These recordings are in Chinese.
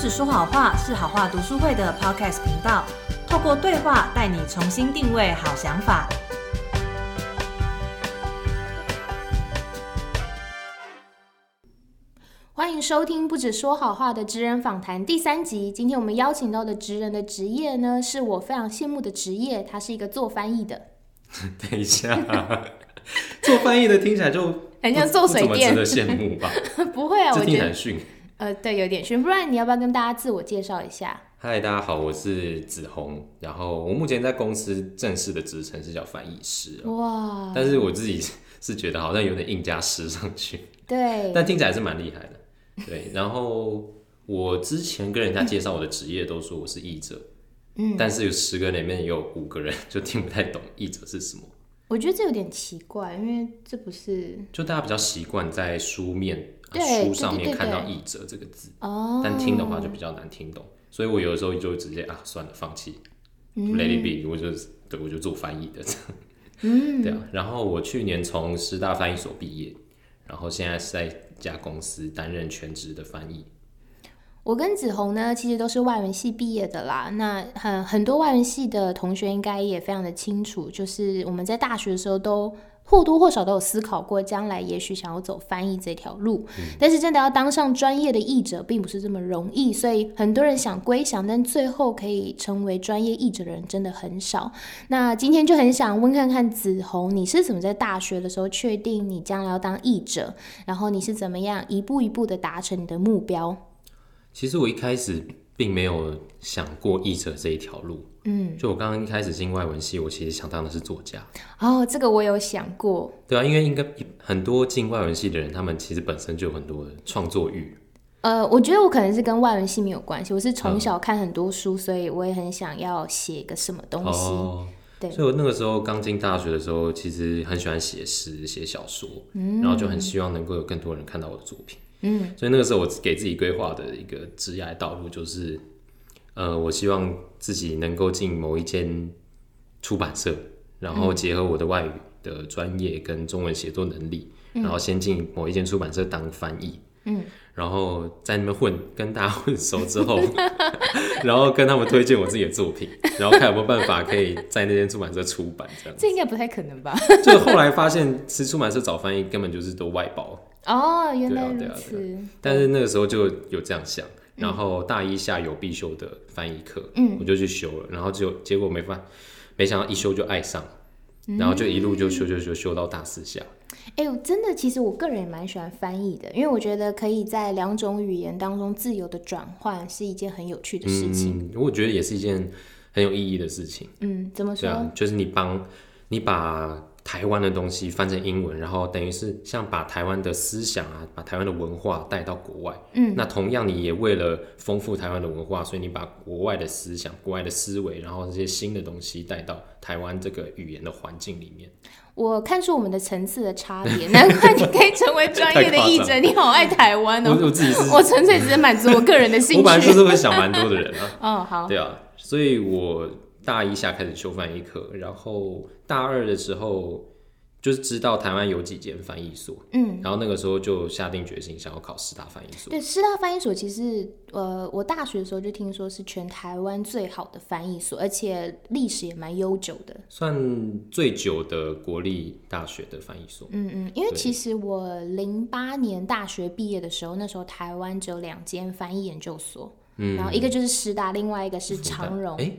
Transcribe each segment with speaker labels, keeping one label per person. Speaker 1: 只说好话是好话读书会的 Podcast 频道，透过对话带你重新定位好想法。
Speaker 2: 欢迎收听《不止说好话》的职人访谈第三集。今天我们邀请到的职人的职业呢，是我非常羡慕的职业，他是一个做翻译的，
Speaker 3: 等一下， 做翻译的听起来就
Speaker 2: 很像做水
Speaker 3: 不
Speaker 2: 电
Speaker 3: 怎么。值得羡慕吧？
Speaker 2: 不会啊，
Speaker 3: 这
Speaker 2: 我
Speaker 3: 听起
Speaker 2: 觉
Speaker 3: 来
Speaker 2: 得
Speaker 3: 很逊。
Speaker 2: 呃，对，有点悬。不然你要不要跟大家自我介绍一下？
Speaker 3: 嗨，大家好，我是子红，然后我目前在公司正式的职称是叫翻译师哦，
Speaker 2: 哇，
Speaker 3: 但是我自己是觉得好像有点硬加师上去，
Speaker 2: 对，
Speaker 3: 但听起来是蛮厉害的。对，然后我之前跟人家介绍我的职业，都说我是译者，
Speaker 2: 嗯，
Speaker 3: 但是有十个人里面有五个人就听不太懂译者是什么，
Speaker 2: 我觉得这有点奇怪，因为这不是
Speaker 3: 就大家比较习惯在书面、啊
Speaker 2: 对
Speaker 3: 书上
Speaker 2: 对对
Speaker 3: 面
Speaker 2: 对
Speaker 3: 看到译者这个字。
Speaker 2: 哦，
Speaker 3: 但听的话就比较难听懂，所以我有的时候就直接啊，算了，放弃、l
Speaker 2: 嗯
Speaker 3: e t it be，我就对我就做翻译的，嗯， 对啊。然后我去年从师大翻译所毕业，然后现在是在一家公司担任全职的翻译，
Speaker 2: 我跟子红呢，其实都是外文系毕业的啦。那很很多外文系的同学应该也非常的清楚，就是我们在大学的时候都或多或少都有思考过，将来也许想要走翻译这条路。但是真的要当上专业的译者，并不是这么容易。所以很多人想归想，但最后可以成为专业译者的人真的很少。那今天就很想问看看子红，你是怎么在大学的时候确定你将来要当译者？然后你是怎么样一步一步的达成你的目标？
Speaker 3: 其实我一开始并没有想过译者这一条路，
Speaker 2: 嗯。
Speaker 3: 就我刚刚一开始进外文系，我其实想当的是作家，
Speaker 2: 哦，这个我有想过，
Speaker 3: 对啊，因为应该很多进外文系的人，他们其实本身就有很多的创作欲，
Speaker 2: 呃，我觉得我可能是跟外文系没有关系，我是
Speaker 3: 嗯
Speaker 2: 从小看很多书，所以我也很想要写个什么东西。
Speaker 3: 哦，
Speaker 2: 对
Speaker 3: 所以我那个时候刚进大学的时候，其实很喜欢写诗、写小说，
Speaker 2: 嗯
Speaker 3: 然后就很希望能够有更多人看到我的作品。嗯，所以那个时候我给自己规划的一个职业道路就是，呃，我希望自己能够进某一间出版社，然后结合我的外语的专业跟中文写作能力，然后先进某一间出版社当翻译。嗯，然后在那边混，跟大家混熟之后， 然后跟他们推荐我自己的作品，然后看有没有办法可以在那间出版社出版这样。
Speaker 2: 这应该不太可能吧？
Speaker 3: 就后来发现，其实出版社找翻译根本就是都外包，
Speaker 2: 哦，原来
Speaker 3: 对
Speaker 2: 如
Speaker 3: 啊
Speaker 2: 此。
Speaker 3: 但是那个时候就有这样想。然后大一下有必修的翻译课，嗯，我就去修了，然后就结果没办，没想到一修就爱上，然后就一路就修修修修到大四下，
Speaker 2: 哎、我真的，其实我个人也蛮喜欢翻译的，因为我觉得可以在两种语言当中自由的转换是一件很有趣的事情。
Speaker 3: 嗯，我觉得也是一件很有意义的事情。
Speaker 2: 嗯，怎么
Speaker 3: 对
Speaker 2: 说？
Speaker 3: 啊，就是你帮你把台湾的东西翻成英文，然后等于是像把台湾的思想啊，把台湾的文化带到国外。嗯，那同样你也为了丰富台湾的文化，所以你把国外的思想、国外的思维，然后这些新的东西带到台湾这个语言的环境里面。
Speaker 2: 我看出我们的层次的差别，难怪你可以成为专业的译
Speaker 3: 太夸
Speaker 2: 者，你好爱台湾
Speaker 3: 我
Speaker 2: 哦。
Speaker 3: 我自己是，
Speaker 2: 我纯粹只是满足我个人的 兴
Speaker 3: 我本来就
Speaker 2: 趣。
Speaker 3: 是会想蛮多的人啊。
Speaker 2: 哦，好，
Speaker 3: 对啊，所以我大一下开始修翻译课，然后大二的时候就是知道台湾有几间翻译所，嗯，然后那个时候就下定决心想要考师大翻译所。
Speaker 2: 对，师大翻译所其实，呃，我大学的时候就听说是全台湾最好的翻译所，而且历史也蛮悠久的。
Speaker 3: 算最久的国立大学的翻译所，
Speaker 2: 嗯嗯，因为
Speaker 3: 对
Speaker 2: 其实我零八年大学毕业的时候，那时候台湾只有两间翻译研究所，
Speaker 3: 嗯，
Speaker 2: 然后一个就是师大，另外一个是
Speaker 3: 复旦
Speaker 2: 长荣。
Speaker 3: 哎、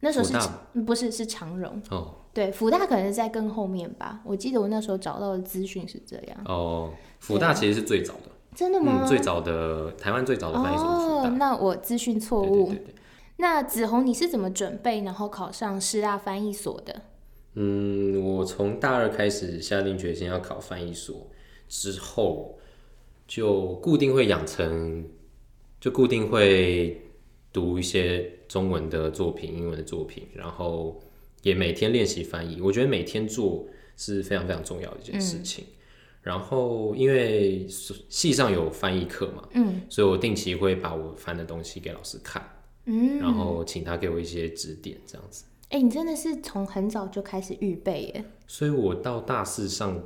Speaker 2: 那时候是
Speaker 3: 复大吗
Speaker 2: 嗯不是是长荣？
Speaker 3: 哦
Speaker 2: 对，福大可能是在更后面吧。我记得我那时候找到的资讯是这样，
Speaker 3: 哦，福大其实是最早的，
Speaker 2: 真的啊吗？
Speaker 3: 嗯，最早的台湾最早的翻译所是福
Speaker 2: 哦，
Speaker 3: 大，
Speaker 2: 那我资讯错
Speaker 3: 对
Speaker 2: 误。
Speaker 3: 对对对，
Speaker 2: 那子红，你是怎么准备然后考上师大翻译所的？
Speaker 3: 嗯，我从大二开始下定决心要考翻译所，之后就固定会养成，就固定会读一些中文的作品、英文的作品，然后也每天练习翻译。我觉得每天做是非常非常重要的一件事情。然后因为系上有翻译课嘛，嗯，所以我定期会把我翻的东西给老师看，
Speaker 2: 嗯，
Speaker 3: 然后请他给我一些指点，这样子。
Speaker 2: 哎、你真的是从很早就开始预备耶。
Speaker 3: 所以我到大四上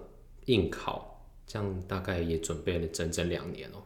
Speaker 3: 应考，这样大概也准备了整整两年哦、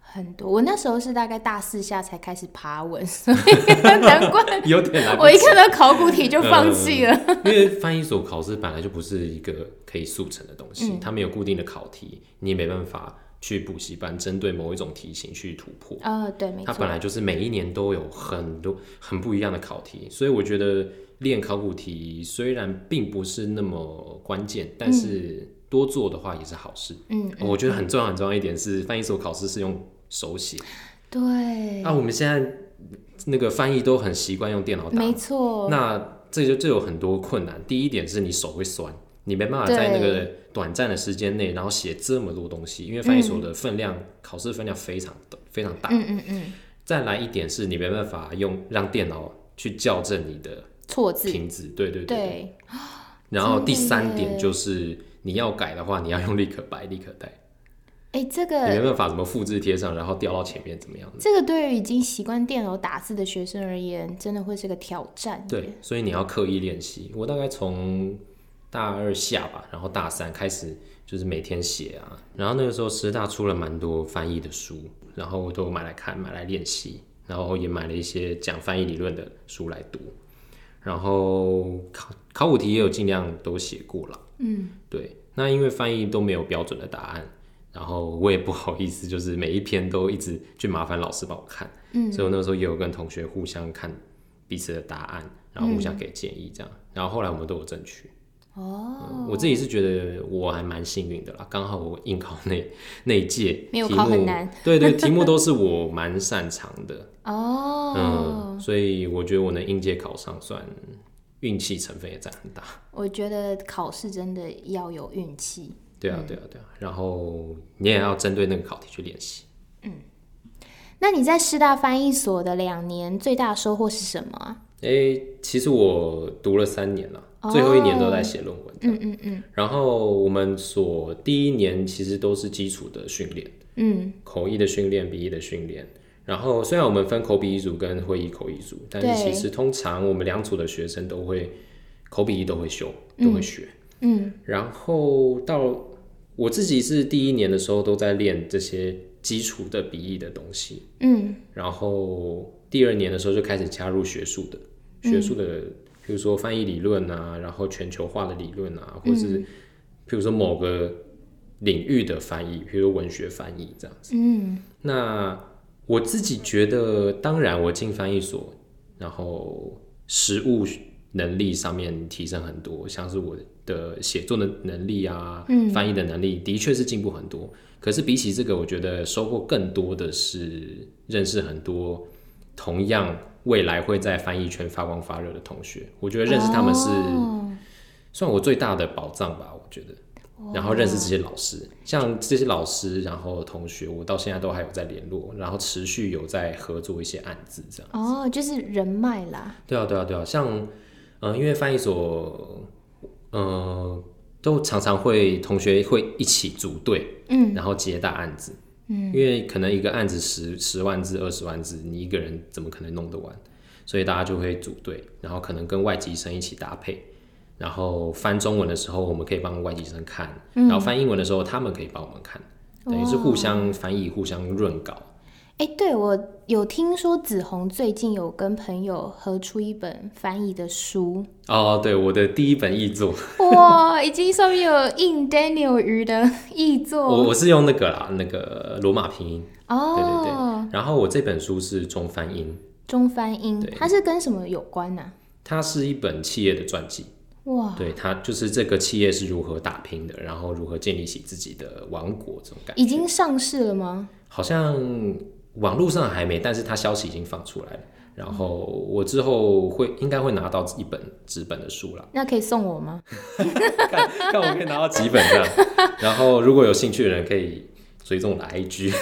Speaker 2: 很多。我那时候是大概大四下才开始爬文，所以 难怪
Speaker 3: 有点来不
Speaker 2: 我一
Speaker 3: 及
Speaker 2: 看到考古题就放弃 了。
Speaker 3: 因为翻译所考试本来就不是一个可以速成的东西，
Speaker 2: 嗯
Speaker 3: 它没有固定的考题，你也没办法去补习班针对某一种题型去突破。
Speaker 2: 呃，对，没
Speaker 3: 它本
Speaker 2: 错，
Speaker 3: 来就是每一年都有很多很不一样的考题，所以我觉得练考古题虽然并不是那么关键，但是多做的话也是好事。
Speaker 2: 嗯，
Speaker 3: 我觉得很重要很重要一点是，翻译所考试是用手写，
Speaker 2: 对，
Speaker 3: 啊，我们现在那个翻译都很习惯用电脑打
Speaker 2: 没错，
Speaker 3: 那这就这有很多困难。第一点是你手会酸，你没办法在那个短暂的时间内，然后写这么多东西，因为翻译所的分量、考试分量非常的非常大。
Speaker 2: 嗯嗯嗯，
Speaker 3: 再来一点是你没办法用让电脑去校正你的
Speaker 2: 错字，
Speaker 3: 瓶子，对对对。
Speaker 2: 对，
Speaker 3: 然后第
Speaker 2: 真的
Speaker 3: 三
Speaker 2: 耶
Speaker 3: 点就是你要改的话，你要用立可白、立可带，
Speaker 2: 哎，这
Speaker 3: 你没
Speaker 2: 个
Speaker 3: 办法怎么复制贴上，然后调到前面怎么样的。
Speaker 2: 这个对于已经习惯电脑打字的学生而言，真的会是个挑战。
Speaker 3: 对，，所以你要刻意练习。我大概从大二下吧，然后大三开始就是每天写啊。然后那个时候师大出了蛮多翻译的书，然后我都买来看，买来练习，然后也买了一些讲翻译理论的书来读。然后考考古题也有尽量都写过了，嗯，对。那因为翻译都没有标准的答案，然后我也不好意思，就是每一篇都一直去麻烦老师帮我看，嗯，所以我那时候也有跟同学互相看彼此的答案，然后互相给建议这
Speaker 2: 嗯
Speaker 3: 样。然后后来我们都有争取。哦、我自己是觉得我还蛮幸运的啦，刚好我应考 那那一届
Speaker 2: 没有
Speaker 3: 题
Speaker 2: 考很
Speaker 3: 目
Speaker 2: 难，
Speaker 3: 对对，题目都是我蛮擅长的，
Speaker 2: 哦，
Speaker 3: 嗯，所以我觉得我能应届考上，算运气成分也占很大。
Speaker 2: 我觉得考试真的要有运气。
Speaker 3: 对啊，对啊，对啊。然后你也要针对那个考题去练习。
Speaker 2: 那你在师大翻译所的两年，最大的收获是什么啊？
Speaker 3: 诶、其实我读了三年了，最后一年都在写论文。
Speaker 2: 嗯嗯嗯
Speaker 3: 然后我们所第一年其实都是基础的训练，
Speaker 2: 嗯，
Speaker 3: 口译的训练、笔译的训练。然后虽然我们分口笔译组跟会议口译组，但是
Speaker 2: 对
Speaker 3: 其实通常我们两组的学生都会口笔译都会修，都会学。
Speaker 2: 嗯，
Speaker 3: 然后到我自己是第一年的时候都在练这些基础的笔译的东西，
Speaker 2: 嗯，
Speaker 3: 然后第二年的时候就开始加入学术的学术的，比如说翻译理论啊，然后全球化的理论啊，或是比如说某个领域的翻译，比如文学翻译这样子。嗯，那我自己觉得，当然我进翻译所，然后实务能力上面提升很多，像是我的写作的能力啊，翻译的能力的确是进步很多。可是比起这个，我觉得收获更多的是认识很多同样未来会在翻译圈发光发热的同学。我觉得认识他们是
Speaker 2: 哦
Speaker 3: 算我最大的宝藏吧，我觉得。然后认识这些老师，像这些老师，然后同学，我到现在都还有在联络，然后持续有在合作一些案子这样。
Speaker 2: 哦，就是人脉啦。
Speaker 3: 对啊，对啊，对啊，像，呃，因为翻译所，呃，都常常会同学会一起组队，嗯，然后接大案子，嗯，因为可能一个案子十十万字、二十万字，你一个人怎么可能弄得完？所以大家就会组队，然后可能跟外籍生一起搭配，然后翻中文的时候，我们可以帮外籍生看，然后翻英文的时候，他们可以帮我们看，等于是互相翻译、互相润稿。
Speaker 2: 哎，对我有听说子红最近有跟朋友合出一本翻译的书，
Speaker 3: 哦，对，我的第一本译作，
Speaker 2: 哇，已经上面有印 Daniel 鱼的译
Speaker 3: 我
Speaker 2: 作
Speaker 3: 我是用那个啦，那个罗马拼音。对对
Speaker 2: 哦哦，
Speaker 3: 对。然后我这本书是中翻英，
Speaker 2: 中翻英，
Speaker 3: 对
Speaker 2: 它是跟什么有关啊呢、
Speaker 3: 它是一本企业的传记，
Speaker 2: 哇，
Speaker 3: 对它就是这个企业是如何打拼的，然后如何建立起自己的王国这种感觉。
Speaker 2: 已经上市了吗？
Speaker 3: 好像网络上还没，但是它消息已经放出来了。然后我之后会应该会拿到一本纸本的 书啦，
Speaker 2: 那可以送我吗？
Speaker 3: 看看我可以拿到几本这样。然后如果有兴趣的人可以追踪我的 IG，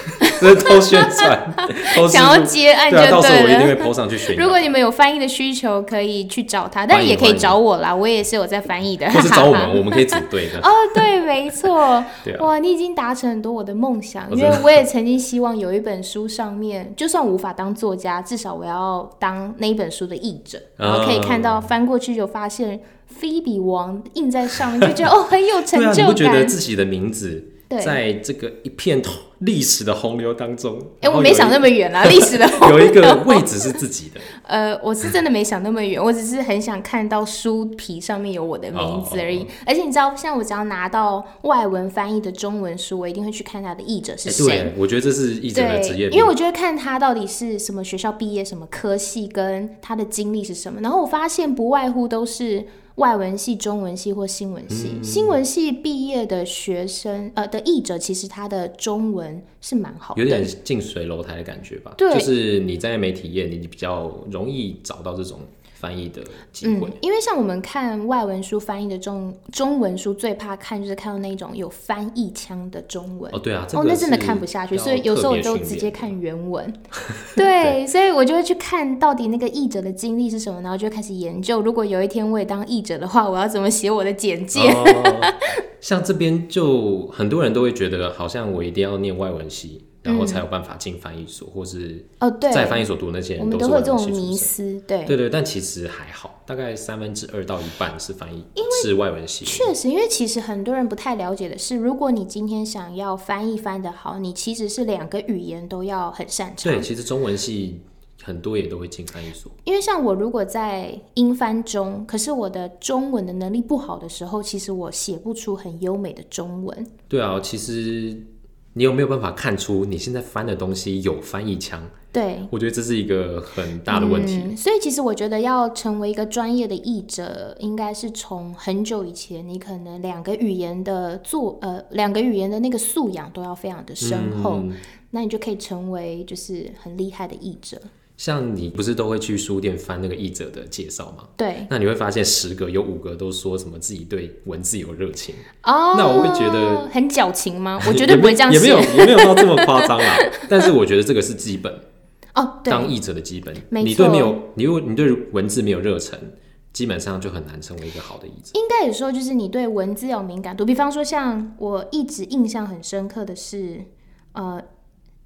Speaker 3: 这 是偷宣 传，偷
Speaker 2: 想要
Speaker 3: 植入
Speaker 2: 接案就
Speaker 3: 对啊，到时候我一定
Speaker 2: 了。
Speaker 3: 会 PO 上去炫耀。
Speaker 2: 如果你们有翻译的需求，可以去找他，但
Speaker 3: 欢迎
Speaker 2: 也可以
Speaker 3: 欢迎
Speaker 2: 找我啦，我也是有在翻译的。
Speaker 3: 或是找我们，我们可以组队的。
Speaker 2: 哦，对，没错。
Speaker 3: 对啊，
Speaker 2: 哇，你已经达成很多我的梦想，
Speaker 3: 哦
Speaker 2: 因
Speaker 3: 真
Speaker 2: 为
Speaker 3: 的
Speaker 2: 我也曾经希望有一本书上面，就算无法当作家，至少我要当那一本书的译者，
Speaker 3: 啊
Speaker 2: 然后可以看到翻过去就发现菲比王 印在上面，就觉得哦很有成
Speaker 3: 对啊，你
Speaker 2: 就
Speaker 3: 不觉得
Speaker 2: 感。
Speaker 3: 自己的名字
Speaker 2: 对
Speaker 3: 在这个一片通历史的洪流当中。
Speaker 2: 哎、我没想那
Speaker 3: 么
Speaker 2: 么远啊，历史的
Speaker 3: 有一个位置是自己的，
Speaker 2: 呃，我是真的没想那么远， 我只是很想看到书皮上面有我的名字而已。
Speaker 3: 哦
Speaker 2: 而且你知道，像我只要拿到外文翻译的中文书，我一定会去看它的译者 是
Speaker 3: 哎
Speaker 2: 谁。
Speaker 3: 对，我觉得这是一整的职业
Speaker 2: 对，
Speaker 3: 病
Speaker 2: 因为我就会看他到底是什么学校毕业、什么科系，跟他的经历是什么。然后我发现不外乎都是外文系、中文系或新闻系。
Speaker 3: 嗯
Speaker 2: 新闻系毕业的学生，呃的译者，其实他的中文是蛮好的，
Speaker 3: 有点近水楼台的感觉吧。
Speaker 2: 对
Speaker 3: 就是你在媒体业，你比较容易找到这种翻译的机会。
Speaker 2: 嗯。因为像我们看外文书翻译的中中文书，最怕看就是看到那种有翻译腔的中文。
Speaker 3: 哦，对啊，这
Speaker 2: 哦，
Speaker 3: 个
Speaker 2: 那真的
Speaker 3: 是
Speaker 2: 看不下去，
Speaker 3: 要
Speaker 2: 所以有时候
Speaker 3: 特
Speaker 2: 我
Speaker 3: 别
Speaker 2: 都
Speaker 3: 训
Speaker 2: 直
Speaker 3: 练
Speaker 2: 接
Speaker 3: 的
Speaker 2: 看原 文。对，所以我就会去看到底那个译者的经历是什么，然后就开始研究。如果有一天我也当译者的话，我要怎么写我的简介？
Speaker 3: 哦、像这边就很多人都会觉得，好像我一定要念外文系，然后才有办法进翻译所，或是
Speaker 2: 哦，对，
Speaker 3: 在翻译所读的那些
Speaker 2: 我
Speaker 3: 人
Speaker 2: 们
Speaker 3: 是
Speaker 2: 都会有
Speaker 3: 外
Speaker 2: 这
Speaker 3: 文
Speaker 2: 种
Speaker 3: 系出
Speaker 2: 迷
Speaker 3: 身。
Speaker 2: 思，对。
Speaker 3: 对对，但其实还好，大概三分之二到一半是翻译，是外文系。
Speaker 2: 确实，因为其实很多人不太了解的是，如果你今天想要翻译翻得好，你其实是两个语言都要很擅长
Speaker 3: 对，。其实中文系很多也都会进翻译所。
Speaker 2: 因为像我如果在英翻中，可是我的中文的能力不好的时候，其实我写不出很优美的中文。
Speaker 3: 对啊，其实你有没有办法看出你现在翻的东西有翻译腔？
Speaker 2: 对，
Speaker 3: 我觉得这是一个很大的问题。
Speaker 2: 嗯。所以其实我觉得要成为一个专业的译者，应该是从很久以前，你可能两个语言的做呃两个语言的那个素养都要非常的深厚，
Speaker 3: 嗯
Speaker 2: 那你就可以成为就是很厉害的译者。
Speaker 3: 像你不是都会去书店翻那个译者的介绍吗？
Speaker 2: 对
Speaker 3: 那你会发现十个有五个都说什么自己对文字有热情，
Speaker 2: 哦，
Speaker 3: 那我会觉得
Speaker 2: 很矫情吗？我绝对不会这样
Speaker 3: 也没
Speaker 2: 写
Speaker 3: 有。也没有到这么夸张啦。 但是我觉得这个是基本，
Speaker 2: 哦，对，
Speaker 3: 当译者的基本。
Speaker 2: 没
Speaker 3: 你对
Speaker 2: 错
Speaker 3: 没有，你如果你对文字没有热忱，基本上就很难成为一个好的译者。
Speaker 2: 应该也说，就是你对文字有敏感度。比方说，像我一直印象很深刻的是，呃，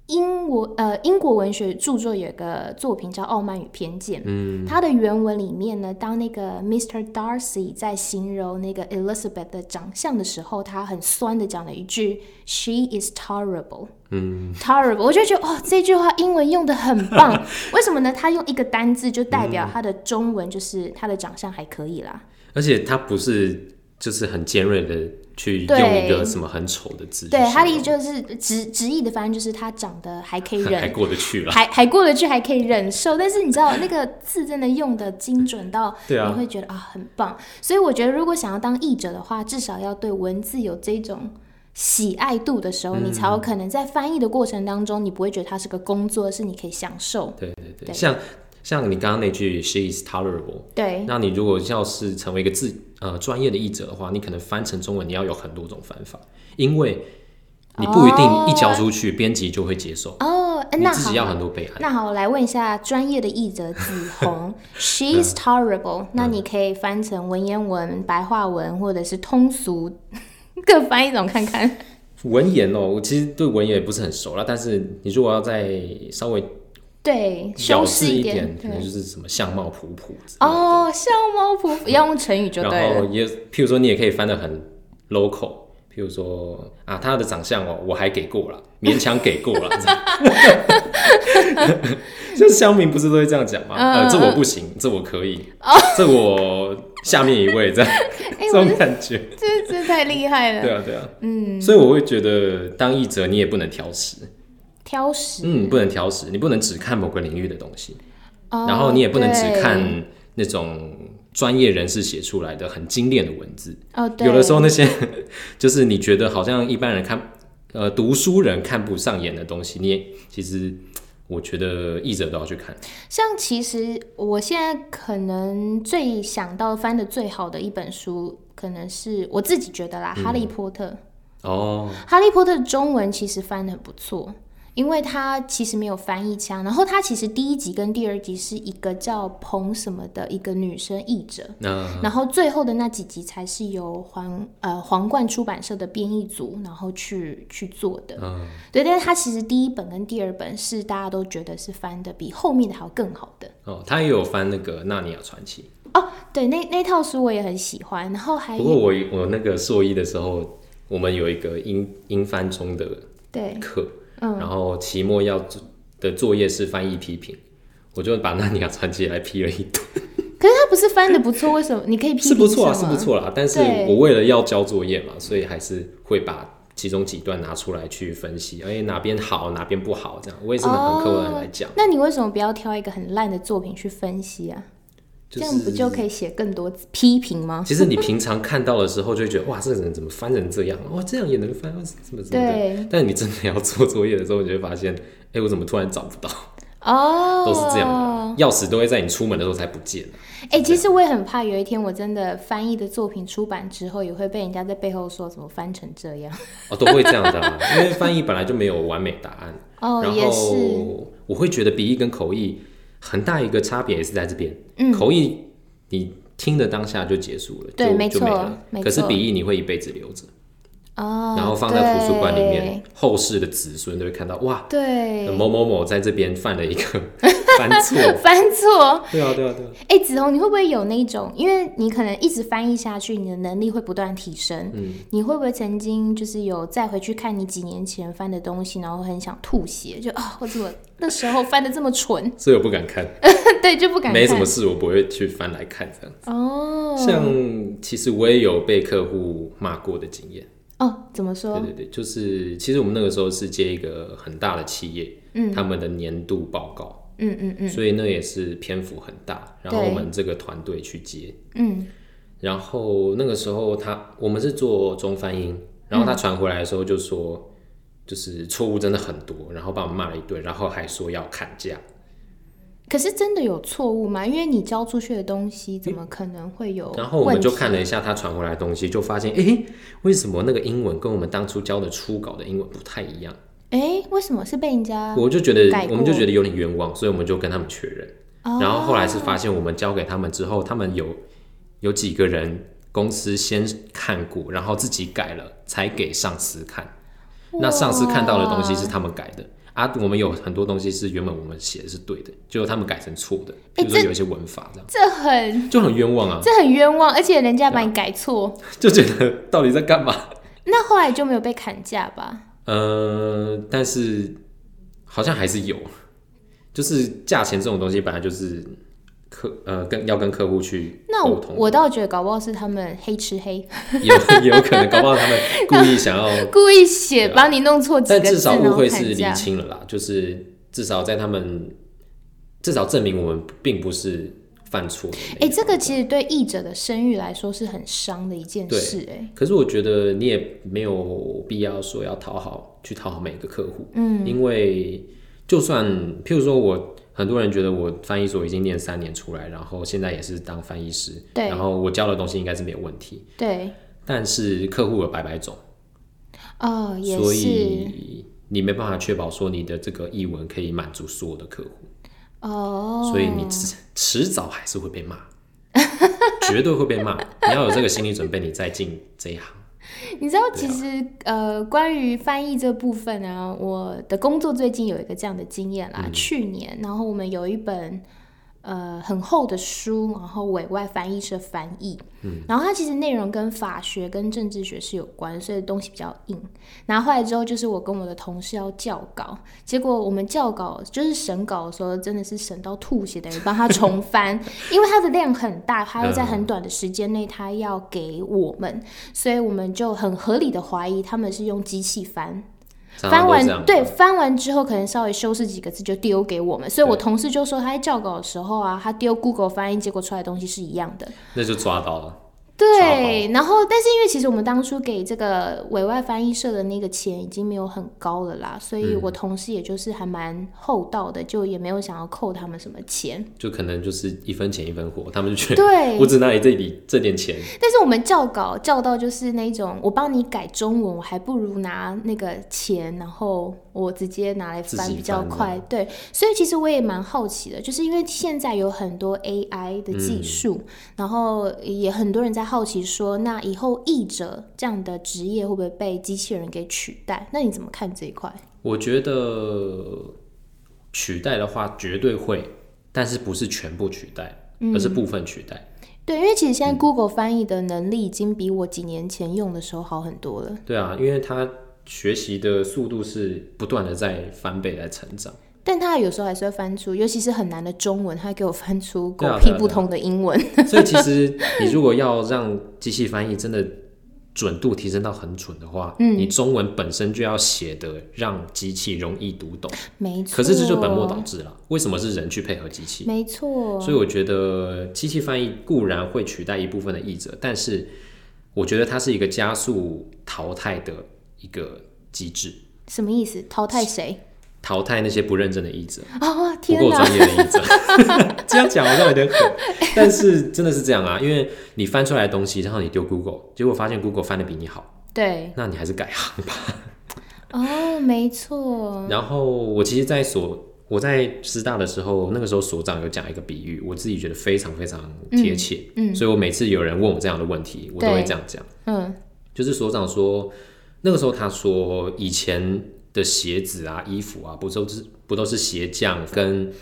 Speaker 2: 英国呃英国文学著作有个作品叫《傲慢与偏见》，嗯，它的原文里面呢，当那个 Mr. Darcy 在形容那个 Elizabeth 的长相的时候，他很酸的讲了一句 “She is tolerable”。嗯，tolerable，我就觉得哦，这句话英文用的很棒。为什么呢？他用一个单字就代表他的中文就是他的长相还可以啦。
Speaker 3: 而且它不是就是很尖锐的去
Speaker 2: 对
Speaker 3: 用一个什么很丑的字去形
Speaker 2: 对，
Speaker 3: 容，
Speaker 2: 他的意思就是直直译的，反正就是他长得还 可以
Speaker 3: 还
Speaker 2: 忍，
Speaker 3: 过得去了。
Speaker 2: 还还过得去，还可以忍受。但是你知道那个字真的用的精准到
Speaker 3: 对啊
Speaker 2: 你会觉得啊很棒。所以我觉得如果想要当译者的话，至少要对文字有这种。喜爱度的时候，你
Speaker 3: 嗯
Speaker 2: 才有可能在翻译的过程当中，你不会觉得它是个工作，是你可以享受。
Speaker 3: 对对对，
Speaker 2: 对
Speaker 3: 像像你刚刚那句 “she is tolerable”，
Speaker 2: 对，
Speaker 3: 那你如果要是成为一个自呃专业的译者的话，你可能翻成中文你要有很多种翻法，因为你不一定一交出去，编辑就会接受，
Speaker 2: 哦，哎
Speaker 3: 你
Speaker 2: 那
Speaker 3: 自
Speaker 2: 好
Speaker 3: 己，要很多备案。
Speaker 2: 那好，我来问一下专业的译者子 红
Speaker 3: 嗯
Speaker 2: ，She's tolerable，那你可以翻成文言文、白话文或者是通俗，各翻一种看 看。
Speaker 3: 文言哦，我其实对文言也不是很熟啦，但是你如果要再稍微
Speaker 2: 对，
Speaker 3: 咬
Speaker 2: 修饰
Speaker 3: 字一
Speaker 2: 点。
Speaker 3: 可
Speaker 2: 对
Speaker 3: 能就是什么相貌普普之类的
Speaker 2: 哦，笑猫扑 不要用成语就
Speaker 3: 然
Speaker 2: 对
Speaker 3: 后
Speaker 2: 了。
Speaker 3: 也，譬如说你也可以翻得很 local，譬如说啊，他的长相哦，我还给 过了，勉强给过了，这样 就是乡民不是都会这样讲吗？
Speaker 2: 嗯
Speaker 3: 呃，这我不行，这我可以，这我下面一位这样，
Speaker 2: 哦 哎
Speaker 3: 这种感觉，
Speaker 2: 这这太厉害
Speaker 3: 对
Speaker 2: 了，
Speaker 3: 啊，对啊，嗯，所以我会觉得当译者你也不能挑食，
Speaker 2: 挑食。
Speaker 3: 嗯，不能挑食，你不能只看某个领域的东西，
Speaker 2: 哦
Speaker 3: 然后你也不能只
Speaker 2: 对
Speaker 3: 看那种专业人士写出来的很精炼的文字。
Speaker 2: 哦，对，
Speaker 3: 有的时候那些 就是你觉得好像一般人看，呃，读书人看不上眼的东西，你也其实我觉得译者都要去看。
Speaker 2: 像其实我现在可能最想到翻的最好的一本书，可能是我自己觉得
Speaker 3: 嗯
Speaker 2: 啦，哈利波特》。
Speaker 3: 哦，
Speaker 2: 《哈利波特》中文其实翻的很不错，因为它其实没有翻译腔。然后它其实第一集跟第二集是一个叫彭什么的一个女生译者，
Speaker 3: 那
Speaker 2: 然后最后的那几集才是由皇呃皇冠出版社的编译组然后去去做的。
Speaker 3: 嗯
Speaker 2: 对，但是它其实第一本跟第二本是大家都觉得是翻的比后面的还要更好的。
Speaker 3: 哦，他也有翻那个《纳尼亚传奇
Speaker 2: 哦，对，那那套书我也很喜欢，然后》，还
Speaker 3: 不过我我那个硕一的时候，我们有一个英英翻中的
Speaker 2: 对
Speaker 3: 课，
Speaker 2: 嗯
Speaker 3: 然后期末要做的作业是翻译批评，我就把《纳尼亚传奇》来批了一顿，
Speaker 2: 可是他不是翻的不错，为什么？你可以批评
Speaker 3: 是不错啊，
Speaker 2: 什
Speaker 3: 是
Speaker 2: 么
Speaker 3: 不。错啦。但是
Speaker 2: 对
Speaker 3: 我为了要交作业嘛，所以还是会把其中几段拿出来去分析，哎、哪边好，哪边不好，这样我也是很很客观地来讲，
Speaker 2: 那你为什么不要挑一个很烂的作品去分析啊？
Speaker 3: 就
Speaker 2: 这样不
Speaker 3: 是
Speaker 2: 就可以写更多字批评吗？
Speaker 3: 其实你平常看到的时候，就会觉得 哇，这个人怎么翻成这样？哇，这样也能翻？哇怎么怎么
Speaker 2: 对
Speaker 3: 的？但你真的要做作业的时候，你就会发现，哎、我怎么突然找不到？
Speaker 2: 哦，
Speaker 3: 都是这样的啊，钥匙都会在你出门的时候才不见啊。
Speaker 2: 哎、其实我也很怕有一天我真的翻译的作品出版之后，也会被人家在背后说怎么翻成这 样。
Speaker 3: 哦，都会这样的、啊， 因为翻译本来就没有完美答案。
Speaker 2: 哦，
Speaker 3: 然
Speaker 2: 也是，
Speaker 3: 后我会觉得笔译跟口译很大一个差别也是在这边，口译你听的当下就结束了，
Speaker 2: 嗯对
Speaker 3: 就
Speaker 2: 没
Speaker 3: 就没
Speaker 2: 错
Speaker 3: 了
Speaker 2: 没。
Speaker 3: 可是
Speaker 2: 错
Speaker 3: 笔译你会一辈子留着，
Speaker 2: 哦，
Speaker 3: 然后放在图书馆里面，后世的子孙都会看到，哇，
Speaker 2: 对。 对，
Speaker 3: 某某某在这边 犯了一个犯错。
Speaker 2: 翻错。
Speaker 3: 对啊，对啊，对啊，
Speaker 2: 哎、子红，你会不会有那一种，因为你可能一直翻译下去，你的能力会不断提升。嗯，你会不会曾经就是有再回去看你几年前翻的东西，然后很想吐血，就啊、我怎么那时候翻的这么蠢？
Speaker 3: 所以我不敢看，
Speaker 2: 对，就不敢看。
Speaker 3: 没什么事我不会去翻来看这样。
Speaker 2: 哦
Speaker 3: 像其实我也有被客户骂过的经验，
Speaker 2: 哦，怎么说
Speaker 3: 对？对对，就是其实我们那个时候是接一个很大的企业，嗯，他们的年度报告，
Speaker 2: 嗯嗯嗯
Speaker 3: 所以那也是篇幅很大，然后
Speaker 2: 对
Speaker 3: 我们这个团队去接，
Speaker 2: 嗯，
Speaker 3: 然后那个时候他我们是做中翻英，
Speaker 2: 嗯
Speaker 3: 然后他传回来的时候就说，就是错误真的很多，然后把我们骂了一顿，然后还说要砍价，
Speaker 2: 可是真的有错误吗？因为你交出去的东西，怎么可能会哦有问题？
Speaker 3: 然后我们就看了一下他传回来的东西，就发现，诶，为什么那个英文跟我们当初教的初稿的英文不太一样？
Speaker 2: 哎、为什么是被人家？
Speaker 3: 我就觉得
Speaker 2: 呃改，过
Speaker 3: 我们就觉得有点冤枉，所以我们就跟他们确认。
Speaker 2: 哦
Speaker 3: 然后后来是发现，我们交给他们之后，他们有有几个人公司先看过，然后自己改了，才给上司看。那上司看到的东西是他们改的啊，我们有很多东西是原本我们写的是对的，结果他们改成错的，比如说有一些文法这样，
Speaker 2: 这很
Speaker 3: 就很冤枉啊，
Speaker 2: 这很冤枉，而且人家把你改错，
Speaker 3: 就觉得到底在干嘛？
Speaker 2: 那后来就没有被砍价吧？
Speaker 3: 呃，但是好像还是有，就是价钱这种东西本来就是客呃跟要跟客户去
Speaker 2: 那
Speaker 3: 沟
Speaker 2: 我
Speaker 3: 通，啊
Speaker 2: 我倒觉得搞不好是他们黑吃黑，
Speaker 3: 也有 也有可能搞不好他们故意 想要，
Speaker 2: 故意写帮你弄错几个
Speaker 3: 啊但
Speaker 2: 字，
Speaker 3: 至少
Speaker 2: 然
Speaker 3: 误
Speaker 2: 后
Speaker 3: 会
Speaker 2: 砍
Speaker 3: 是
Speaker 2: 价
Speaker 3: 厘清了啦，就是至少在他们至少证明我们并不是犯错的那
Speaker 2: 哎、
Speaker 3: 一
Speaker 2: 这
Speaker 3: 方。
Speaker 2: 个其实对译者的声誉来说是很伤的一件
Speaker 3: 对
Speaker 2: 事、哎，
Speaker 3: 可是我觉得你也没有必要说要讨好，去讨好每个客户，嗯，因为就算譬如说我很多人觉得我翻译所已经念三年出来，然后现在也是当翻译师，
Speaker 2: 对
Speaker 3: 然后我教的东西应该是没有问题，
Speaker 2: 对，
Speaker 3: 但是客户有百百种，
Speaker 2: 哦，也
Speaker 3: 所
Speaker 2: 是，
Speaker 3: 以你没办法确保说你的这个译文可以满足所有的客户，
Speaker 2: 哦，
Speaker 3: 所以你迟迟早还是会被骂， 绝对会被骂，你要有这个心理准备，你再进这一行。
Speaker 2: 你知道，
Speaker 3: 对
Speaker 2: 其
Speaker 3: 啊
Speaker 2: 实、呃，关于翻译这部分啊，我的工作最近有一个这样的经验啦。
Speaker 3: 嗯
Speaker 2: 去年，然后我们有一本呃很厚的书，然后委外翻译社翻译，嗯，然后它其实内容跟法学跟政治学是有关，所以东西比较硬。拿回来之后，就是我跟我的同事要校稿，结果我们校稿就是审稿的时候，真的是审到吐血，等于帮他重 翻，因为它的量很大，他要
Speaker 3: 嗯
Speaker 2: 在很短的时间内，他要给我们，所以我们就很合理的怀疑他们是用机器翻，
Speaker 3: 常
Speaker 2: 翻
Speaker 3: 常都这样
Speaker 2: 完对翻完之后可能稍微修饰几个字就丢给我们，所以我
Speaker 3: 对
Speaker 2: 同事就说他在校稿的时候啊，他丢 Google 翻译，结果出来的东西是一样的。
Speaker 3: 那就抓到了。
Speaker 2: 对，然后但是因为其实我们当初给这个委外翻译社的那个钱已经没有很高了啦，所以我
Speaker 3: 嗯
Speaker 2: 同事也就是还蛮厚道的，就也没有想要扣他们什么钱。
Speaker 3: 就可能就是一分钱一分货，他们就觉得
Speaker 2: 对
Speaker 3: 我，只拿你这笔这点钱，
Speaker 2: 但是我们校稿校到就是那种，我帮你改中文，我还不如拿那个钱，然后我直接拿来
Speaker 3: 自
Speaker 2: 翻
Speaker 3: 己
Speaker 2: 比较
Speaker 3: 翻的
Speaker 2: 快。对，所以其实我也蛮好奇的，就是因为现在有很多 AI 的技术，
Speaker 3: 嗯
Speaker 2: 然后也很多人在好奇说，那以后译者这样的职业会不会被机器人给取代？那你怎么看这一块？
Speaker 3: 我觉得取代的话绝对会，但是不是全部取代，
Speaker 2: 嗯
Speaker 3: 而是部分取代。
Speaker 2: 对，因为其实现在 Google 翻译的能力已经比我几年前用的时候好很多了。
Speaker 3: 对啊，因为它学习的速度是不断的在翻倍在成 长。
Speaker 2: 但他有时候还是会翻出，尤其是很难的中文，他还给我翻出狗
Speaker 3: 对啊对啊
Speaker 2: 屁
Speaker 3: 对啊
Speaker 2: 不通的英文。
Speaker 3: 所以其实你如果要让机器翻译真的准度提升到很准的话，
Speaker 2: 嗯
Speaker 3: 你中文本身就要写的让机器容易读懂。
Speaker 2: 没错，
Speaker 3: 可是这就本末倒置了，为什么是人去配合机器？
Speaker 2: 没错，
Speaker 3: 所以我觉得机器翻译固然会取代一部分的译者，但是我觉得它是一个加速淘汰的一个机制，
Speaker 2: 什么意思？淘汰谁？
Speaker 3: 淘汰那些不认真的译者。
Speaker 2: 哦，
Speaker 3: 不
Speaker 2: 天
Speaker 3: 够
Speaker 2: 哪！
Speaker 3: 专业的译者， 这样讲好像有点狠，但是真的是这样啊，因为你翻出来的东西，然后你丢 Google，结果发现 Google 翻的比你好，
Speaker 2: 对，
Speaker 3: 那你还是改行吧。
Speaker 2: 哦，没错，
Speaker 3: 然后我其实，在所我在师大的时候，那个时候所长有讲一个比喻，我自己觉得非常非常贴切，
Speaker 2: 嗯
Speaker 3: 所以我每次有人问我这样的问题，我都会
Speaker 2: 对
Speaker 3: 这样讲，
Speaker 2: 嗯，
Speaker 3: 就是所长说，那个时候他说以前的鞋子啊、衣服啊，不都是不都是鞋匠跟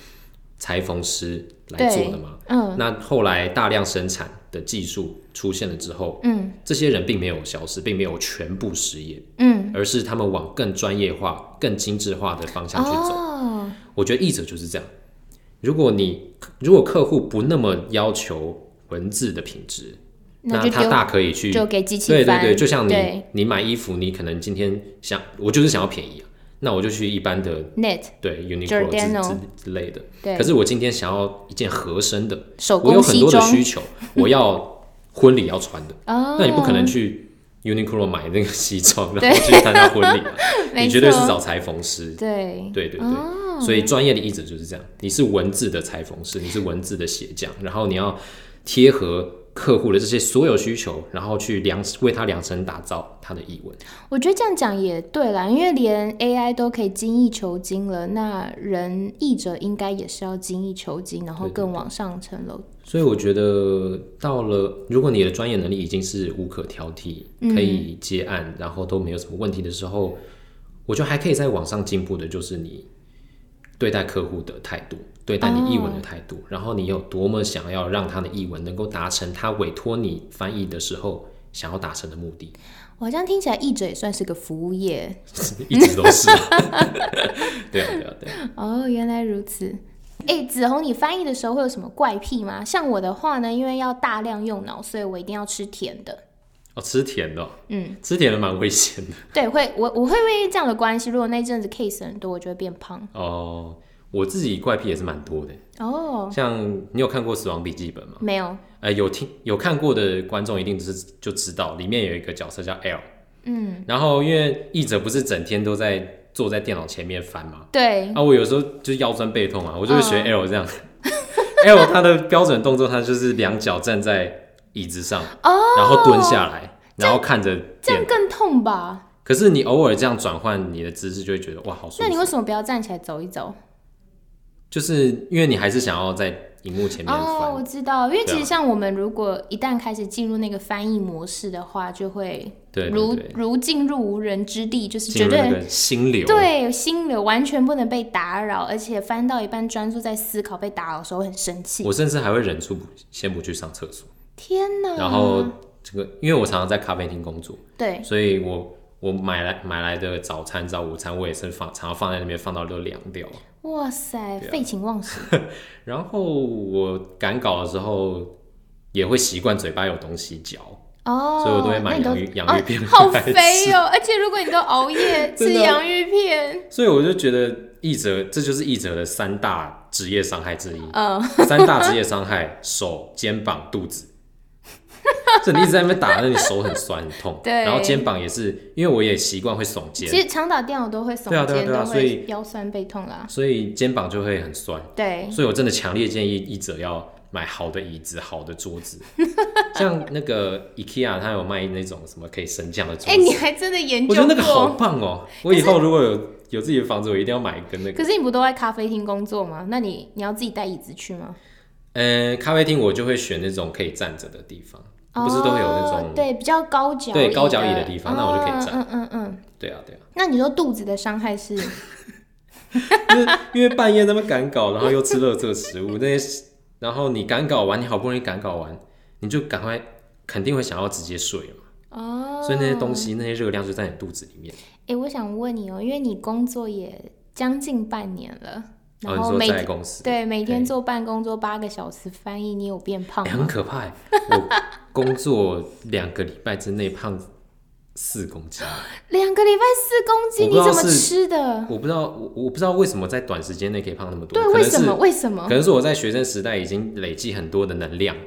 Speaker 3: 裁缝师来做的吗？
Speaker 2: 嗯，
Speaker 3: 那后来大量生产的技术出现了之后，
Speaker 2: 嗯，
Speaker 3: 这些人并没有消失，并没有全部失业，
Speaker 2: 嗯，
Speaker 3: 而是他们往更专业化、更精致化的方向去走。
Speaker 2: 哦，
Speaker 3: 我觉得译者就是这样。如果你如果客户不那么要求文字的品质，
Speaker 2: 那
Speaker 3: 那
Speaker 2: 就
Speaker 3: 他
Speaker 2: 丢
Speaker 3: 大可以去
Speaker 2: 就给机器
Speaker 3: 对对
Speaker 2: 翻
Speaker 3: 对，就像你
Speaker 2: 对
Speaker 3: 你买衣服，你可能今天想我就是想要便宜啊，那我就去一般的
Speaker 2: net
Speaker 3: 对 Uniqlo 之
Speaker 2: Giordano
Speaker 3: 之之类的。
Speaker 2: 对，
Speaker 3: 可是我今天想要一件合身的，
Speaker 2: 手
Speaker 3: 我有
Speaker 2: 工
Speaker 3: 很
Speaker 2: 西
Speaker 3: 多的
Speaker 2: 呃装
Speaker 3: 需求，我要婚礼要穿的，
Speaker 2: 哦，
Speaker 3: 那你不可能去 Uniqlo 买那个西装，然后去参加婚礼嘛，
Speaker 2: 没
Speaker 3: 你绝对是
Speaker 2: 错哦
Speaker 3: 找裁缝师。
Speaker 2: 对
Speaker 3: 对对对，所以专业的译者就是这样，你是文字的裁缝师，你是文字的鞋匠，然后你要贴合客户的这些所有需求，然后去量为他量身打造他的译文。
Speaker 2: 我觉得这样讲也对啦，因为连 AI 都可以精益求精了，那人译者应该也是要精益求精，然后
Speaker 3: 对对
Speaker 2: 更往上层楼。
Speaker 3: 所以我觉得到了，如果你的专业能力已经是无可挑剔，可以接案，然后都没有什么问题的时候，我觉得还可以再往上进步的，就是你对待客户的态度，对待你译文的态度，然后你有多么想要让他的译文能够达成他委托你翻译的时候想要达成的目的，
Speaker 2: 我这样听起来，译者也算是个服务业
Speaker 3: 一直都是啊。对啊，对啊，对啊。
Speaker 2: 哦，原来如此。哎，子红，你翻译的时候会有什么怪癖吗？像我的话呢，因为要大量用脑，所以我一定要吃甜的。
Speaker 3: 哦，吃甜的哦、
Speaker 2: 嗯，
Speaker 3: 吃甜的蛮危险的。
Speaker 2: 对，会我我会因为这样的关系，如果那阵子 case 很多，我就会变胖。
Speaker 3: 哦，我自己怪癖也是蛮多的。
Speaker 2: 哦，像
Speaker 3: 像你有看过《死亡笔记本》吗？
Speaker 2: 没有，
Speaker 3: 呃，有听有看过的观众一定是就知道，里面有一个角色叫 L，
Speaker 2: 嗯，
Speaker 3: 然后因为译者不是整天都在坐在电脑前面翻嘛，
Speaker 2: 对，
Speaker 3: 啊，我有时候就腰酸背痛啊，我就会学
Speaker 2: 哦
Speaker 3: L 这样、l 他的标准动作，他就是两脚站在椅子上，然后蹲下来，然后看着
Speaker 2: 哦这样
Speaker 3: 电脑。
Speaker 2: 更痛吧？
Speaker 3: 可是你偶尔这样转换你的姿势，就会觉得哇，好舒
Speaker 2: 那你为
Speaker 3: 服。
Speaker 2: 什么不要站起来走一走？
Speaker 3: 就是因为你还是想要在荧幕前面翻，
Speaker 2: 哦，我知道，因为其
Speaker 3: 对
Speaker 2: 实
Speaker 3: 啊
Speaker 2: 像我们如果一旦开始进入那个翻译模式的话，就会
Speaker 3: 对对
Speaker 2: 如
Speaker 3: 对，
Speaker 2: 如进入无人之地，就是绝
Speaker 3: 进入那
Speaker 2: 对
Speaker 3: 个心流。啊
Speaker 2: 对心流完全不能被打扰，而且翻到一半专注在思考被打扰的时候会很生气。
Speaker 3: 我甚至还会忍住不先不去上厕所，
Speaker 2: 天哪！
Speaker 3: 然后这个因为我常常在咖啡厅工作，
Speaker 2: 对，
Speaker 3: 所以我我买来买来的早餐、早午餐我也是放常常放在那边放到都凉掉。
Speaker 2: 哇塞，
Speaker 3: 对啊
Speaker 2: 废寝忘食。
Speaker 3: 然后我赶稿的时候也会习惯嘴巴有东西嚼，
Speaker 2: 哦，
Speaker 3: 所以我都会买
Speaker 2: 那你
Speaker 3: 洋芋洋芋片
Speaker 2: 哦，好
Speaker 3: 来吃
Speaker 2: 肥哦！而且如果你都熬夜
Speaker 3: 真
Speaker 2: 吃
Speaker 3: 的
Speaker 2: 洋芋片，
Speaker 3: 所以我就觉得译者这就是译者的三大职业伤害之一。
Speaker 2: 嗯，
Speaker 3: 三大职业伤害：手、肩膀、肚子。 就你一直在那边打，那你手很酸很痛。
Speaker 2: 对
Speaker 3: 然后肩膀也是，因为我也习惯会耸
Speaker 2: 其
Speaker 3: 肩，
Speaker 2: 实长岛电脑都会耸
Speaker 3: 对啊对啊
Speaker 2: 肩，
Speaker 3: 对啊
Speaker 2: 都
Speaker 3: 所
Speaker 2: 会
Speaker 3: 以
Speaker 2: 腰酸背痛啦。
Speaker 3: 所以肩膀就会很酸。
Speaker 2: 对，
Speaker 3: 所以我真的强烈建议译者要买好的椅子、好的桌子， 像那个 IKEA 它有卖那种什么可以升降的桌
Speaker 2: 哎、你
Speaker 3: 子，
Speaker 2: 还真的研究过？
Speaker 3: 我觉得那个好棒哦、我以后如果有有自己的房子，我一定要买一个那个
Speaker 2: 可。是你不都在咖啡厅工作吗？那你你要自己带椅子去吗？
Speaker 3: 嗯，咖啡厅我就会选那种可以站着的地方，不是都会有那
Speaker 2: 哦、
Speaker 3: 种
Speaker 2: 对比较高脚
Speaker 3: 对
Speaker 2: 椅
Speaker 3: 高脚椅的地方那我就可以站
Speaker 2: 嗯嗯嗯嗯。
Speaker 3: 对啊对啊，
Speaker 2: 那你说肚子的伤害是？
Speaker 3: 因为半夜在那么赶稿，然后又吃垃圾食物那些，然后你赶稿完，你好不容易赶稿完，你就赶快肯定会想要直接睡嘛，
Speaker 2: 哦，嗯
Speaker 3: 所以那些东西那些热量就在你肚子里面。
Speaker 2: 哎、诶，我想问你哦、因为你工作也将近半年了，
Speaker 3: 然
Speaker 2: 然
Speaker 3: 后
Speaker 2: 后
Speaker 3: 哦你
Speaker 2: 每
Speaker 3: 说在公司，
Speaker 2: 对每天
Speaker 3: 对
Speaker 2: 做办公做八个小时翻译，你有变胖
Speaker 3: 欸很
Speaker 2: 吗？
Speaker 3: 可怕欸。我工作两个礼拜之内胖四公斤，
Speaker 2: 两个礼拜四公斤，
Speaker 3: 我
Speaker 2: 你
Speaker 3: 不知道
Speaker 2: 怎么
Speaker 3: 是
Speaker 2: 吃的？
Speaker 3: 我不知道我我不知道为什么在短时间内可以胖那么多，
Speaker 2: 对，
Speaker 3: 可
Speaker 2: 为
Speaker 3: 能
Speaker 2: 什
Speaker 3: 是
Speaker 2: 么？为什么
Speaker 3: 可？能是我在学生时代已经累积很多的能量，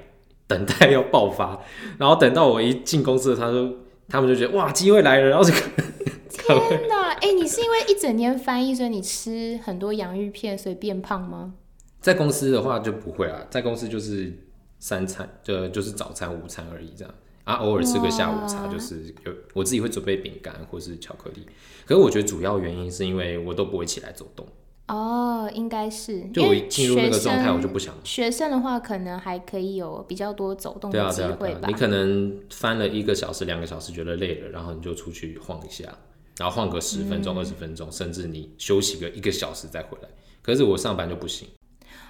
Speaker 3: 等待要爆发，然后等到我一进公司的时候，他说他们就觉得哇机会来了，然后就可能
Speaker 2: 天哪！哎、你是因为一整年翻译，所以你吃很多洋芋片，所以变胖吗？
Speaker 3: 在公司的话就不会啊，在公司就是三餐，就就是早餐、午餐而已这样啊，偶尔吃个下午茶，
Speaker 2: 哇
Speaker 3: 就是有我自己会准备饼干或是巧克力。可是我觉得主要原因是因为我都不会起来走动，
Speaker 2: 哦，应该是，
Speaker 3: 就
Speaker 2: 因
Speaker 3: 我
Speaker 2: 为
Speaker 3: 一进入那个状态，
Speaker 2: 学生
Speaker 3: 我就不想。
Speaker 2: 学生的话，可能还可以有比较多走动
Speaker 3: 对
Speaker 2: 的
Speaker 3: 啊，
Speaker 2: 机
Speaker 3: 对啊，对
Speaker 2: 会
Speaker 3: 啊
Speaker 2: 吧。
Speaker 3: 你可能翻了一个小时、两个小时，觉得累了，然后你就出去晃一下，然后晃个十分
Speaker 2: 嗯
Speaker 3: 钟、二、十分钟，甚至你休息个一个小时再回来。可是我上班就不行，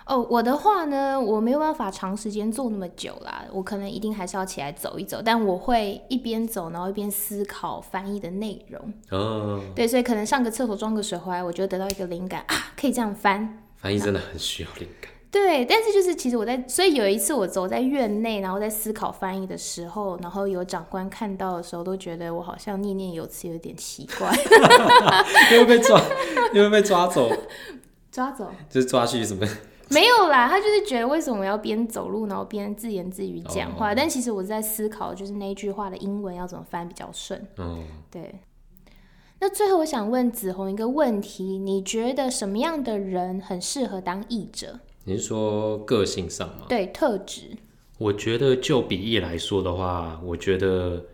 Speaker 2: 哦，我的话呢，我没有办法长时间坐那么久啦，我可能一定还是要起来走一走，但我会一边走，然后一边思考翻译的内容。
Speaker 3: 哦，
Speaker 2: 对，所以可能上个厕所装个水回啊来，我就得到一个灵感啊，可以这样翻。
Speaker 3: 翻译真的很需要灵感。
Speaker 2: 对，但是就是其实我在，所以有一次我走在院内，然后在思考翻译的时候，然后有长官看到的时候，都觉得我好像念念有词，有点奇怪，
Speaker 3: 你会被抓，你会被抓走，
Speaker 2: 抓走。
Speaker 3: 就是抓去什么？
Speaker 2: 没有啦，他就是觉得为什么我要边走路，然后边自言自语讲话。
Speaker 3: 哦
Speaker 2: 但其实我在思考，就是那一句话的英文要怎么翻比较顺。
Speaker 3: 哦，
Speaker 2: 对。那最后我想问子红一个问题：你觉得什么样的人很适合当译者？
Speaker 3: 你是说个性上吗？
Speaker 2: 对，特质。
Speaker 3: 我觉得就笔译来说的话，我觉得，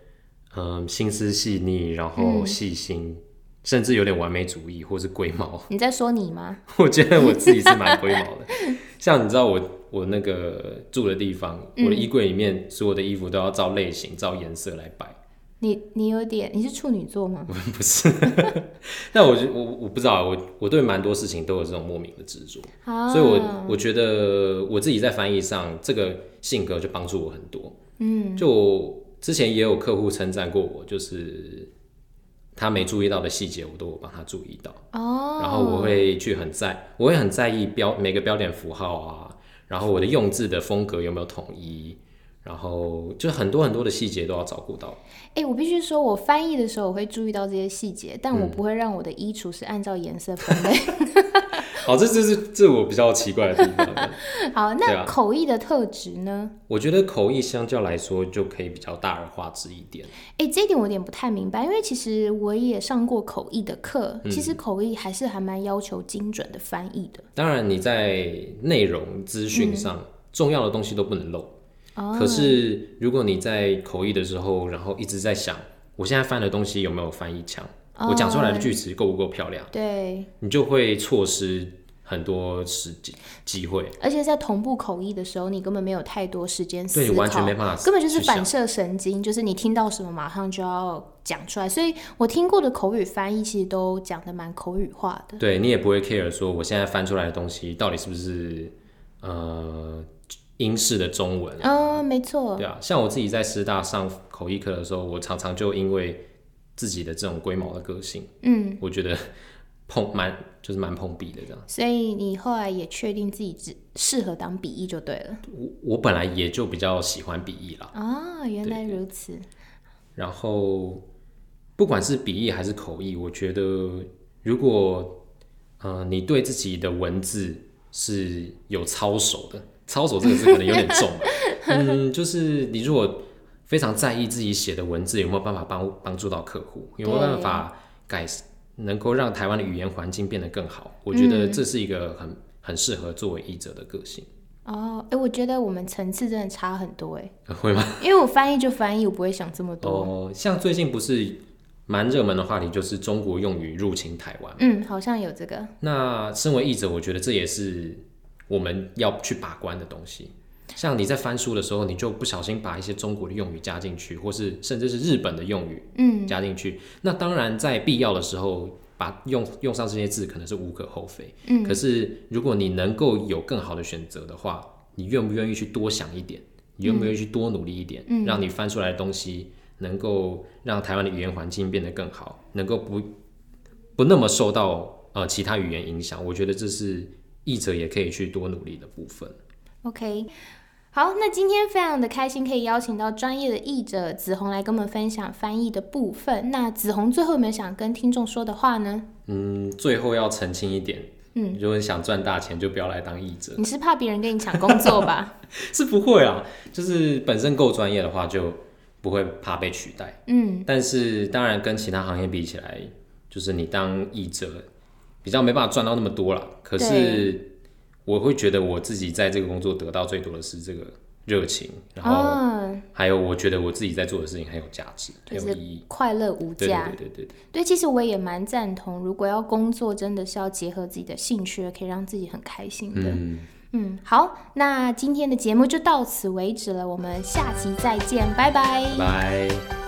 Speaker 3: 嗯，心思细腻，然后细心，甚至有点完美主义或是龟毛。
Speaker 2: 你在说你吗？
Speaker 3: 我觉得我自己是蛮龟毛的。 像你知道我我那个住的地方，我的衣柜里面所有的衣服都要照类型、照颜色来摆。
Speaker 2: 你你有点，你是处女座吗？
Speaker 3: 不是， 但我就我我不知道，啊我我对蛮多事情都有这种莫名的执着。
Speaker 2: 啊，
Speaker 3: 所以我我觉得我自己在翻译上，这个性格就帮助我很多。嗯，就我之前也有客户称赞过我，就是他没注意到的细节，我都有帮他注意到。
Speaker 2: 哦，
Speaker 3: 然后我会去很在，我会很在意标每个标点符号啊，然后我的用字的风格有没有统一，然后就很多很多的细节都要照顾到。
Speaker 2: 哎、我必须说，我翻译的时候我会注意到这些细节，但
Speaker 3: 嗯
Speaker 2: 我不会让我的衣橱是按照颜色分 类。
Speaker 3: 好，这这是这我比较奇怪的地方。
Speaker 2: 好，
Speaker 3: 对
Speaker 2: 那
Speaker 3: 啊
Speaker 2: 口译的特质呢？
Speaker 3: 我觉得口译相较来说就可以比较大而化之一点。
Speaker 2: 哎、这一点我有点不太明白，因为其实我也上过口译的课，其
Speaker 3: 嗯
Speaker 2: 实口译还是还蛮要求精准的翻译的。
Speaker 3: 当然，你在内容资讯上、重要的东西都不能漏。
Speaker 2: 哦
Speaker 3: 可是，如果你在口译的时候，然后一直在想，我现在翻的东西有没有翻译腔，
Speaker 2: 哦
Speaker 3: 我讲出来的句子够不够漂亮，
Speaker 2: 对，
Speaker 3: 你就会错失很多时机机会。
Speaker 2: 而且在同步口译的时候，你根本没有太多时间思考，
Speaker 3: 对你完全没办法
Speaker 2: 根本就是
Speaker 3: 去想
Speaker 2: 反射神经，就是你听到什么马上就要讲出来。所以我听过的口语翻译其实都讲的蛮口语化的。
Speaker 3: 对你也不会 care 说我现在翻出来的东西到底是不是呃英式的中文，
Speaker 2: 嗯，没错。
Speaker 3: 对啊，像我自己在师大上口译课的时候，我常常就因为自己的这种龟毛的个性，嗯，我觉得碰蛮就是蛮碰壁的这样。
Speaker 2: 所以你后来也确定自己只适合当笔译就对了
Speaker 3: 我我本来也就比较喜欢笔译啦，
Speaker 2: 啊、原来如此。
Speaker 3: 然后不管是笔译还是口译，我觉得如果呃你对自己的文字是有操守的，操守这个字可能有点重啊，嗯，就是你如果非常在意自己写的文字有没有办法帮帮助到客户，有没有办法改，能够让台湾的语言环境变得更好，我觉得这是一个很很适合作为译者的个性，
Speaker 2: 哦，哎、我觉得我们层次真的差很多哎，
Speaker 3: 会吗？
Speaker 2: 因为我翻译就翻译，我不会想这么多。
Speaker 3: 哦，像最近不是蛮热门的话题，就是中国用语入侵台湾。
Speaker 2: 嗯，好像有这个。
Speaker 3: 那身为译者，我觉得这也是我们要去把关的东西。像你在翻书的时候，你就不小心把一些中国的用语加进去，或是甚至是日本的用语
Speaker 2: 嗯，
Speaker 3: 加进去。那当然，在必要的时候，把用用上这些字可能是无可厚非。嗯，可是如果你能够有更好的选择的话，你愿不愿意去多想一点？你愿不愿意去多努力一点？嗯，让你翻出来的东西能够让台湾的语言环境变得更好，能够不不那么受到呃其他语言影响，我觉得这是译者也可以去多努力的部分。
Speaker 2: OK，好，那今天非常的开心，可以邀请到专业的译者子红来跟我们分享翻译的部分。那子红最后有没有想跟听众说的话呢？
Speaker 3: 嗯，最后要澄清一点，
Speaker 2: 嗯，
Speaker 3: 如果你想赚大钱，就不要来当译者，
Speaker 2: 你是怕别人跟你抢工作 吧？
Speaker 3: 是不会啊，就是本身够专业的话，就不会怕被取代。
Speaker 2: 嗯
Speaker 3: 但是当然跟其他行业比起来，就是你当译者比较没办法赚到那么多啦。可是我会觉得我自己在这个工作得到最多的是这个热情，然后
Speaker 2: 啊，
Speaker 3: 还有我觉得我自己在做的事情很有价值，很
Speaker 2: 就
Speaker 3: 有
Speaker 2: 是
Speaker 3: 意义。
Speaker 2: 快乐无
Speaker 3: 对对
Speaker 2: 价。
Speaker 3: 对对对。
Speaker 2: 对，其实我也蛮赞同，如果要工作，真的是要结合自己的兴趣，可以让自己很开心的。嗯
Speaker 3: 嗯，
Speaker 2: 好，那今天的节目就到此为止了，我们下期再见，拜拜
Speaker 3: 拜拜。